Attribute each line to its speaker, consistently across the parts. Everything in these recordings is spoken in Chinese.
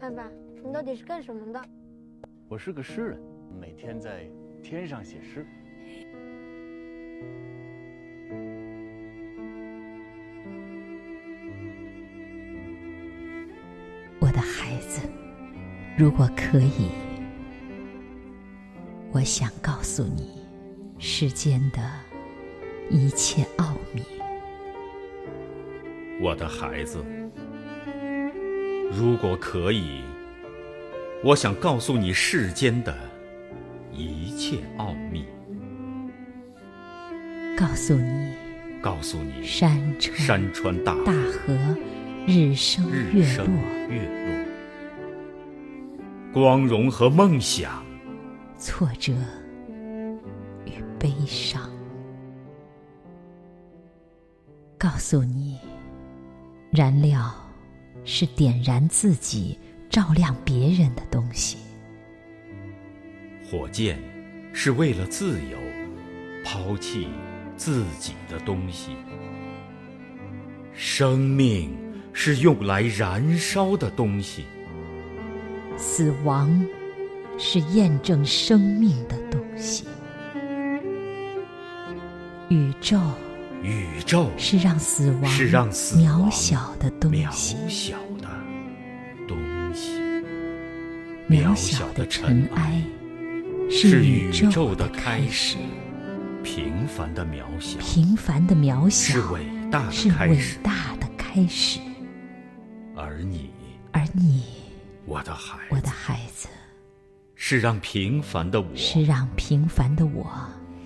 Speaker 1: 爸爸，你到底是干什么的？
Speaker 2: 我是个诗人，每天在天上写诗。
Speaker 3: 我的孩子，如果可以，我想告诉你世间的一切奥秘。
Speaker 4: 我的孩子，如果可以，我想告诉你世间的一切奥秘，
Speaker 3: 告诉你，
Speaker 4: 告诉你
Speaker 3: 山川、
Speaker 4: 山川大
Speaker 3: 大河日升
Speaker 4: 日
Speaker 3: 月
Speaker 4: 升
Speaker 3: 落，
Speaker 4: 月落，光荣和梦想。
Speaker 3: 挫折与悲伤。告诉你，燃料是点燃自己、照亮别人的东西。
Speaker 4: 火箭是为了自由，抛弃自己的东西。生命是用来燃烧的东西。
Speaker 3: 死亡是验证生命的东西。宇宙
Speaker 4: 宇宙
Speaker 3: 是让死亡
Speaker 4: 是让死
Speaker 3: 渺
Speaker 4: 亡
Speaker 3: 小的东
Speaker 4: 渺
Speaker 3: 西，
Speaker 4: 小的东西，
Speaker 3: 渺
Speaker 4: 渺
Speaker 3: 小
Speaker 4: 小
Speaker 3: 的
Speaker 4: 的
Speaker 3: 尘
Speaker 4: 尘
Speaker 3: 埃
Speaker 4: 埃
Speaker 3: 是
Speaker 4: 宇
Speaker 3: 宙
Speaker 4: 的
Speaker 3: 开
Speaker 4: 开始。平凡的渺小
Speaker 3: 平凡的渺小
Speaker 4: 是伟大
Speaker 3: 是
Speaker 4: 的开
Speaker 3: 伟
Speaker 4: 始，
Speaker 3: 大的开始。
Speaker 4: 而你，
Speaker 3: 而你，
Speaker 4: 我的孩
Speaker 3: 我
Speaker 4: 子，
Speaker 3: 的孩子，
Speaker 4: 是让平凡的我
Speaker 3: 是让平凡的我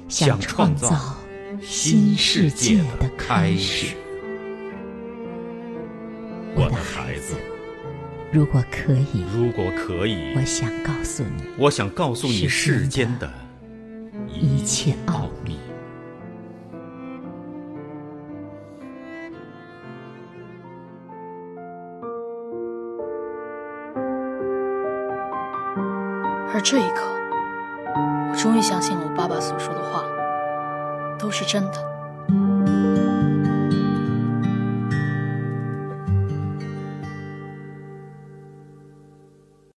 Speaker 3: 想
Speaker 4: 想
Speaker 3: 创
Speaker 4: 创
Speaker 3: 造
Speaker 4: 造
Speaker 3: 新
Speaker 4: 新
Speaker 3: 世
Speaker 4: 世
Speaker 3: 界
Speaker 4: 界
Speaker 3: 的
Speaker 4: 的
Speaker 3: 开
Speaker 4: 开
Speaker 3: 始
Speaker 4: 始。
Speaker 3: 我
Speaker 4: 我
Speaker 3: 的
Speaker 4: 的
Speaker 3: 孩
Speaker 4: 孩
Speaker 3: 子
Speaker 4: 子，
Speaker 3: 如果可以，
Speaker 4: 如果可以
Speaker 3: 我，想告诉你，
Speaker 4: 我想告诉你世间的
Speaker 3: 一切奥
Speaker 4: 秘。
Speaker 5: 而这一刻，我终于相信了我爸爸所说的话，都是真的。